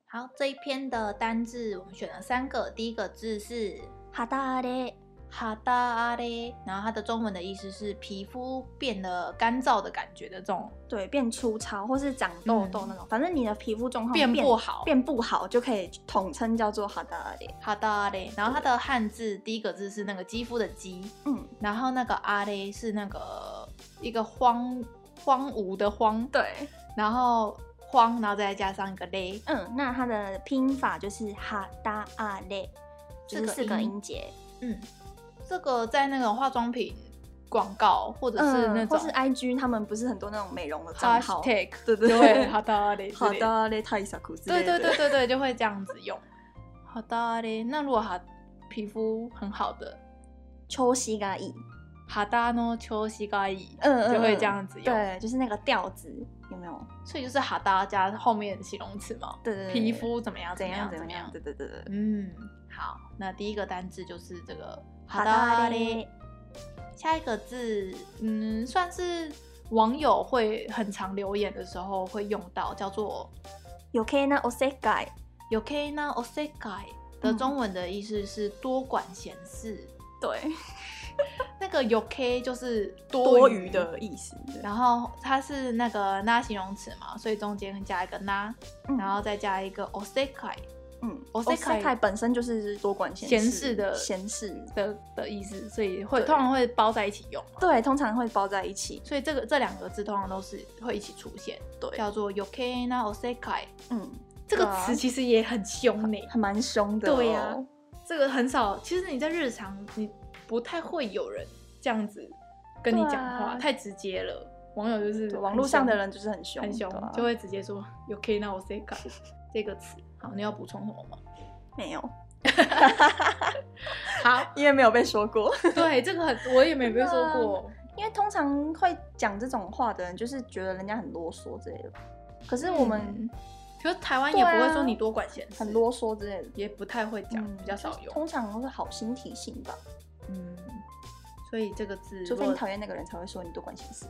C: 好，这一篇的单字我们选了三个，第一个字是
B: 哈达嘞，
C: 哈达阿嘞，然后它的中文的意思是皮肤变得干燥的感觉的这种，
B: 对，变粗糙或是长痘痘那种，反正你的皮肤状况
A: 嗯变不好
B: 变不好就可以统称叫做哈达嘞。
C: 哈达阿嘞。然后它的汉字第一个字是那个肌肤的肌，
B: 嗯，
C: 然后那个阿嘞是那个一个荒荒芜的荒，
G: 对，
C: 然后荒，然后再加上一个嘞，
B: 嗯，那它的拼法就是哈达阿嘞，就是
C: 四
B: 四
C: 个
B: 个
C: 音
B: 音节，
C: 嗯，这个在那种化妆品广告或者是那
B: 嗯或
C: 种
B: 是 IG 他们不是很多那种美容的账号，
A: Hashtag
B: 对对
A: 就会好的嘞，
B: 哈达嘞太傻酷之
A: 对
B: 类的，
A: 对对对对，就会这样子 用。好的嘞，那如果哈皮肤很好的，
B: 秋西嘎伊，
A: 哈达诺秋西嘎伊，
B: 嗯嗯
A: 就会
B: 嗯
A: 这样子用。
B: 对，就是那个调子有没有？
A: 所以就是哈达加后面形容词嘛，
B: 对对对
A: 皮肤怎么样
B: 怎
A: 样
B: 怎
A: 么
B: 样？对对对对。
C: 嗯，好，那第一个单字就是这个
B: 好
C: 哈达
B: 的
C: 嘞
B: 嘞。，
C: 下一个字，
A: 嗯，算是网友会很常留言的时候会用到，叫做
B: 有 K 那 o s e k a
C: 「余計なおせっかい」的
B: 嗯
C: 中文的意思是多管闲事。
G: 对，
C: 那个 “yo k” 就是
G: 多
C: 多
G: 余，的意思。对
C: 然后它是那个“na” 形容词嘛，所以中间加一个 “na”，然后再加一个 “o s e k a i
B: 嗯 o s e
C: osekai
B: k a 本身就是多管闲
A: 闲事的
B: 闲事，
A: 的的意思，所以会通常会包在一起用嘛。
B: 对，通常会包在一起。
A: 所以这个这两个字通常都是会一起出现，
B: 对
A: 叫做 “yoke na osekai”。
B: 嗯，
A: 这个
B: 对啊
A: 词其实也很凶呢、
B: 还蛮凶的、
A: 对呀、这个很少。其实你在日常，你不太会有人这样子跟你讲话，
B: 对啊
A: 太直接了。网友就是
B: 对
A: 很
B: 网络上的
A: 凶
B: 人就是很凶，
A: 很凶，
B: 对啊
A: 就会直接说 “yoke na oseka” 这个词。好，你要补充什么吗？
B: 没有，
A: 好，
B: 因为没有被说过。
A: 对这个很，我也没被说过。
B: 因为通常会讲这种话的人，就是觉得人家很啰嗦之类的。可 是我们
A: 嗯可是台湾也不
B: 对
A: 会
B: 啊
A: 说你多管闲事，
B: 很啰嗦之类的，嗯
A: 也不太会讲，比较少
B: 就是
A: 用。
B: 通常都是好心提醒吧，
A: 嗯，所以这个字，
B: 除
A: 如
B: 非你
A: 果
B: 讨厌那个人才会说你多管闲事。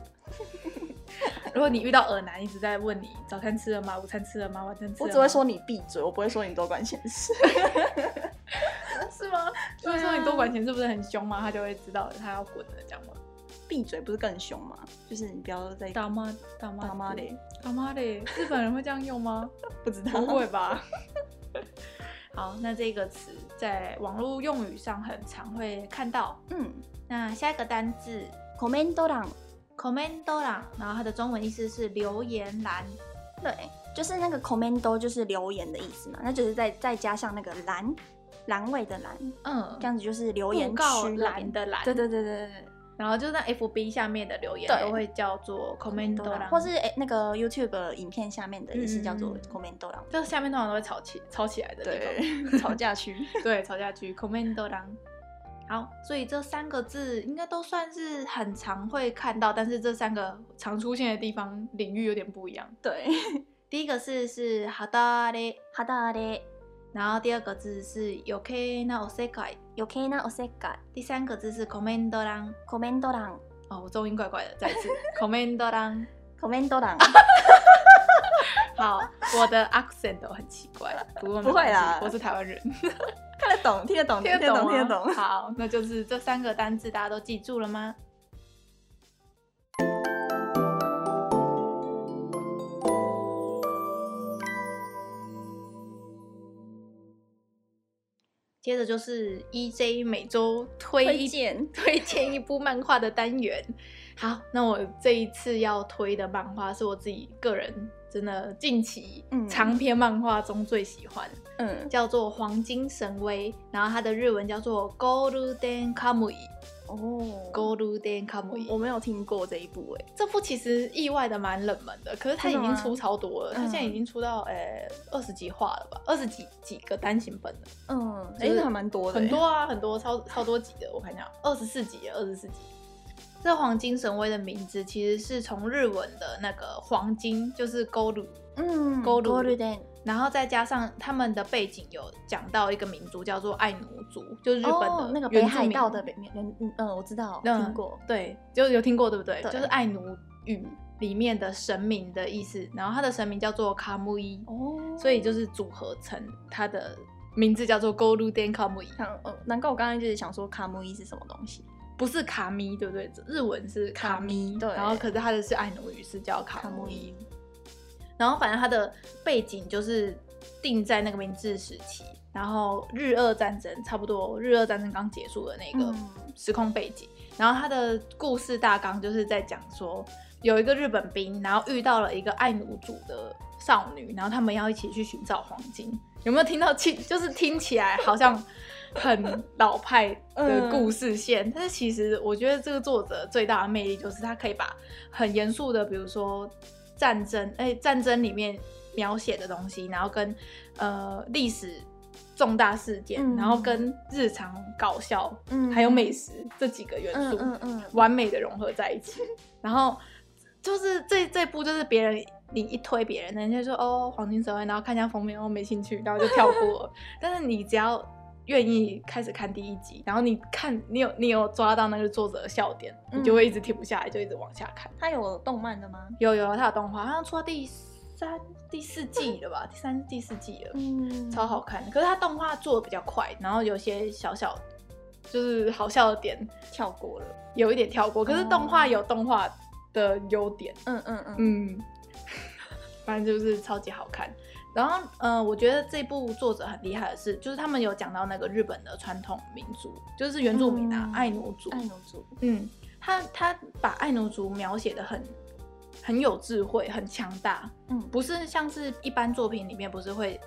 A: 如果你遇到耳男一直在问你早餐吃了吗，午餐吃了吗，晚餐吃了吗，
B: 我只会说你闭嘴，我不会说你多管闲 事。
A: 是吗？所以
B: 对
A: 说
B: 啊
A: 你多管闲事不是很凶吗？他就会知道他要滚了，这样吗？
B: 闭嘴不是更凶吗？就是你不要再
A: 大妈，大妈，
B: 大妈嘞，，
A: 大妈嘞，日本人会这样用 吗？
B: 不知道
A: 不会吧？好，那这个词在网络用语上很常会看到。
B: 嗯，
C: 那下一个单字
B: コメント欄
C: “comment” 啦，然后它的中文意思是留言栏。
B: 对，就是那个 comment 就是留言的意思嘛，那就是再再加上那个栏栏位的栏，
A: 嗯
B: 这，样子就是留言
A: 布告
B: 区
A: 栏，的栏，
B: 对啊对对对对
A: 然后就在 FB 下面的留言
B: 对
A: 都会叫做 comment
B: 对，
A: 栏，
B: 或是诶那个 YouTube 影片下面的也是叫做
A: 嗯嗯嗯
B: comment 栏，
A: 就下面通常都会吵起吵起来的地方。
B: 对，吵架区，
A: 对，吵架区 comment 栏。
C: 好，所以这三个字应该都算是很常会看到，但是这三个
A: 常出现的地方领域有点不一样。
B: 对，
C: 第一个字是哈达嘞，
B: 肌荒れ
C: 然后第二个字是 “yoke na o s e k a i
B: 余計なおせっかい
C: 第三个字是 “comment” 啦。
B: コメント欄
A: 哦，我中音怪怪的，再一次 comment 啦。
B: コメント欄
A: 好，我的 accent 都很奇怪，不过没
B: 不会
A: 关
B: 啦
A: 系我是台湾人，
B: 看得懂，听得懂，啊
A: 听得懂吗
B: 听得懂。
A: 好，那就是这三个单字，大家都记住了吗？接着就是 EJ 每周推
C: 推
A: 一
C: 荐
A: 推荐一部漫画的单元。好，那我这一次要推的漫画是我自己个人真的近期
C: 嗯
A: 长篇漫画中最喜欢，
C: 嗯
A: 叫做《黄金神威》，然后它的日文叫做 Golden Kamui，Golden
C: 哦
A: Kamui。
B: 我没有听过这一部哎、
A: 这部欸其实意外的蛮冷门的，可是它已
B: 真的
A: 经
B: 吗
A: 出超多了，它现在已
C: 嗯
A: 经出到呃二十几话了吧，二十几几个单行本了，
C: 嗯，
B: 哎、
A: 就是
B: 那还蛮多的、
A: 很多，啊，很多超超多集的，我看一下，二十四集，二十四集。这黄金神威的名字其实是从日文的那个黄金，就是勾鲁，
C: 嗯
A: Golden
C: ，Golden，
A: 然后再加上他们的背景有讲到一个民族叫做爱奴族，就是日本的、
C: 哦，那个北海道的北面，嗯嗯，我知道，
A: 嗯
C: 听过，
A: 对，就有听过对不对？
C: 对
A: 就是爱奴语里面的神明的意思，然后他的神明叫做卡木伊，
C: 哦
A: 所以就是组合成他的名字叫做 Golden Kamui，
B: 像呃，难怪我刚刚就是想说卡木伊是什么东西，
A: 不是卡咪，对不对？日文是卡咪，
B: 卡咪对
A: 然后可是他的是爱奴语是叫卡
B: 卡
A: 木
B: 木
A: 伊
B: 伊，
A: 然后反正他的背景就是定在那个明治时期，然后日俄战争差不多，日俄战争刚结束的那个
C: 嗯
A: 时空背景，然后他的故事大纲就是在讲说。有一个日本兵，然后遇到了一个爱奴族的少女，然后他们要一起去寻找黄金。有没有听到听？就是听起来好像很老派的故事线，但是其实我觉得这个作者最大的魅力就是他可以把很严肃的，比如说战争，哎、战争里面描写的东西，然后跟呃历史重大事件，
C: 嗯
A: 然后跟日常搞笑，
C: 嗯
A: 还有美食这几个元
C: 嗯
A: 素，
C: 嗯嗯，
A: 完美的融合在一 起。然后就是这这部就是别人你一推别人，人家就说哦黄金神威，然后看一下封面，哦没兴趣，然后就跳过 了。但是你只要愿意开始看第一集，然后你看你有你有抓到那个作者的笑点，你
C: 嗯
A: 就会一直停不下来，就一直往下看。
C: 它有动漫的吗？
A: 有有，它有动画，好像出到第三第四季了吧？第三第四季了。
C: 嗯
A: 超好看，可是它动画做的比较快，然后有些小小就是好笑的点
C: 跳过了，
A: 有一点跳过，可是动画有动画的优点，
C: 嗯嗯嗯，
A: 嗯， 反正就是超级好看。然后，呃，我觉得这部作者很厉害的是，就是他们有讲到那个日本的传统民族，就是原住民啊，
C: 嗯
A: 爱奴族，
C: 爱奴族，
A: 嗯，他他把爱奴族描写的很很有智慧，很强大，
C: 嗯
A: 不是像是一般作品里面不是会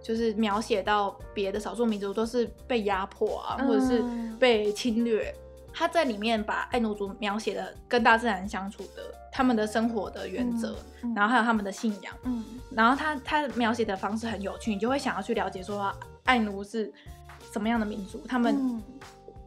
A: 就是描写到别的少数民族都是被压迫啊，
C: 嗯
A: 或者是被侵略。他在里面把爱奴族描写的跟大自然相处的，他们的生活的原则，
C: 嗯
A: 然后还有他们的信仰，
C: 嗯
A: 然后他他描写的方式很有趣，你就会想要去了解说啊爱奴是什么样的民族，他们、
C: 嗯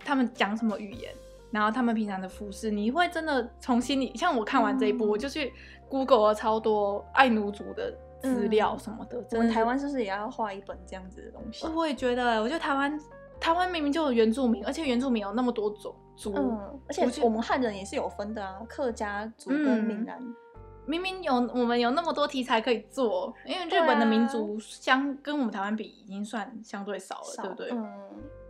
A: 他们讲什么语言，然后他们平常的服饰，你会真的从心里，像我看完这一部，
C: 嗯
A: 我就去 Google 了超多爱奴族的资料
C: 嗯
A: 什么的，
B: 我
A: 真的
B: 们
A: 是哦
B: 台湾是不是也要画一本这样子的东西？
A: 我也觉得、我觉得台湾台湾明明就有原住民，而且原住民有那么多种族，
C: 嗯，
B: 而且
A: 我觉得
B: 我们汉人也是有分的啊，客家族跟
A: 嗯
B: 闽南，
A: 明明有我们有那么多题材可以做，因为
B: 对
A: 日本的
B: 啊
A: 民族相、跟我们台湾比已经算相对少了，
B: 少
A: 对不对？
C: 嗯，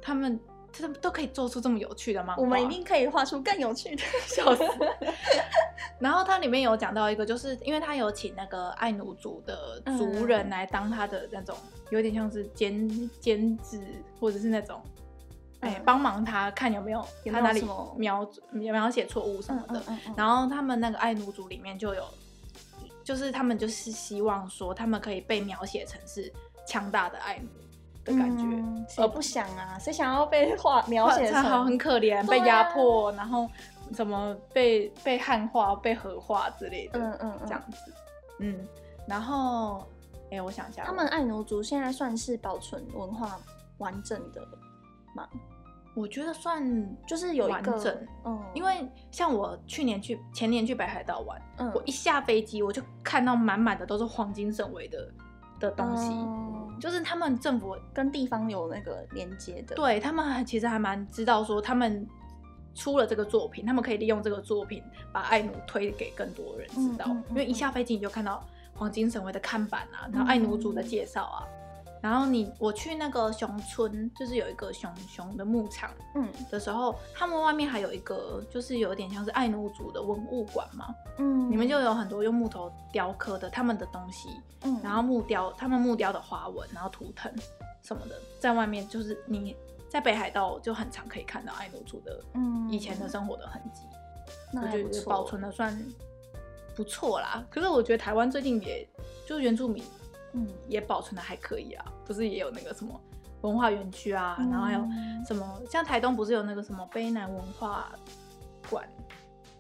A: 他们他们都可以做出这么有趣的漫画，
B: 我们一定可以画出更有趣的。
A: 笑死。然后它里面有讲到一个，就是因为他有请那个爱奴族的族
C: 嗯
A: 人来当他的那种，有点像是监监制，或者是那种，哎、
C: 嗯
A: 帮忙他看有没有
C: 有没有
A: 他哪里
C: 什么
A: 描描写错误什么
C: 嗯
A: 的。
C: 嗯嗯嗯，
A: 然后他们那个爱奴族里面就有，就是他们就是希望说他们可以被描写成是强大的爱奴的感觉，
C: 嗯
B: 谁不想
A: 哦
B: 啊？谁想要被画描
A: 而
B: 写
A: 且他好很
B: 成？
A: 可怜，
B: 对
A: 被
B: 啊
A: 压迫，然后怎么被被汉化、被合化之类的，
C: 嗯嗯
A: 这
C: 嗯，
A: 样子，嗯，然后，哎、我想一下，
C: 他们爱奴族现在算是保存文化完整的，
A: 我觉得算，
C: 就是有一
A: 完整
C: 个，嗯，
A: 因为像我去年去前年去北海道玩，
C: 嗯
A: 我一下飞机我就看到满满的都是黄金圣维的的东西，
C: 嗯
A: 就是他们政府
C: 跟地方有那个连接的，，
A: 对啊他们还其实还蛮知道说他们出了这个作品，他们可以利用这个作品把爱奴推给更多人知道，
C: 嗯嗯嗯
A: 因为一下飞机你就看到黄金神威的看板啊，然后爱奴族
C: 嗯
A: 的介绍啊。然后你我去那个熊村，就是有一个熊熊的牧场
C: 嗯
A: 的时候，他们外面还有一个，就是有点像是爱奴族的文物馆嘛，
C: 嗯，
A: 里面就有很多用木头雕刻的他们的东西，
C: 嗯，
A: 然后木雕，他们木雕的花纹，然后图腾什么的，在外面就是你在北海道就很常可以看到爱奴族的
C: 嗯
A: 以前的生活的痕迹，
C: 那
A: 我
C: 还
A: 觉
C: 不
A: 得
C: 错
A: 保存的算不错啦。可是我觉得台湾最近也就是原住民
C: 嗯，
A: 也保存的还可以啊，不是也有那个什么文化园区啊，然后还有
C: 嗯
A: 什么像台东不是有那个什么卑南文化馆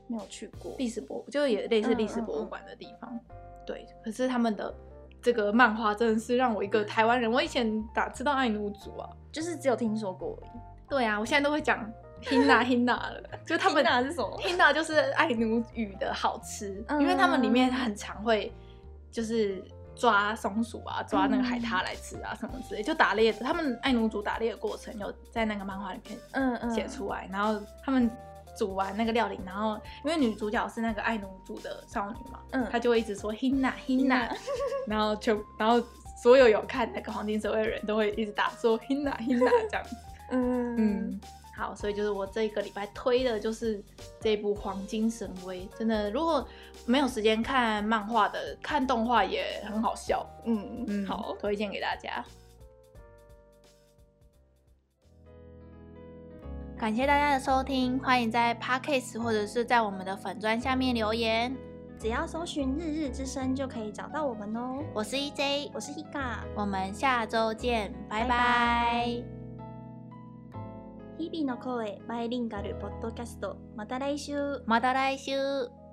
C: 没有去过，
A: 历史博，就是也类似
C: 嗯
A: 历史博物馆的地方。对，可是他们的这个漫画真的是让我一个台湾人，我以前哪知道爱奴族啊？
C: 就是只有听说过而已。
A: 对啊，我现在都会讲 hinna hinna 了，就他们
C: Hina 是什么
A: hinna 就是爱奴语的好吃，
C: 嗯
A: 因为他们里面很常会就是。抓松鼠啊，抓那个
C: 嗯
A: 海獭来吃啊，什么之类，就打猎的。他们爱奴族打猎的过程有在那个漫画里面
C: 嗯嗯
A: 写出来，然后他们煮完那个料理，然后因为女主角是那个爱奴族的少女嘛，
C: 嗯
A: 她就会一直说 Hina Hina，然 后全然后所有有看那个黄金守卫的人都会一直打说 Hina Hina 这样，
C: 嗯
A: 嗯。好，所以就是我这一个礼拜推的就是这部《黄金神威》，真的，如果没有时间看漫画的，看动画也很好笑。
C: 嗯
A: 嗯，
C: 好，
A: 推荐给大家。
H: 感谢大家的收听，欢迎在 Podcast 或者是在我们的粉砖下面留言。
C: 只要搜寻“日日之声”就可以找到我们哦。
H: 我是 EJ，
C: 我是 Hika，
H: 我们下周见，拜
C: 拜
H: 拜
C: 拜日々の声バイリンガルポッドキャストまた来週。
H: また来週。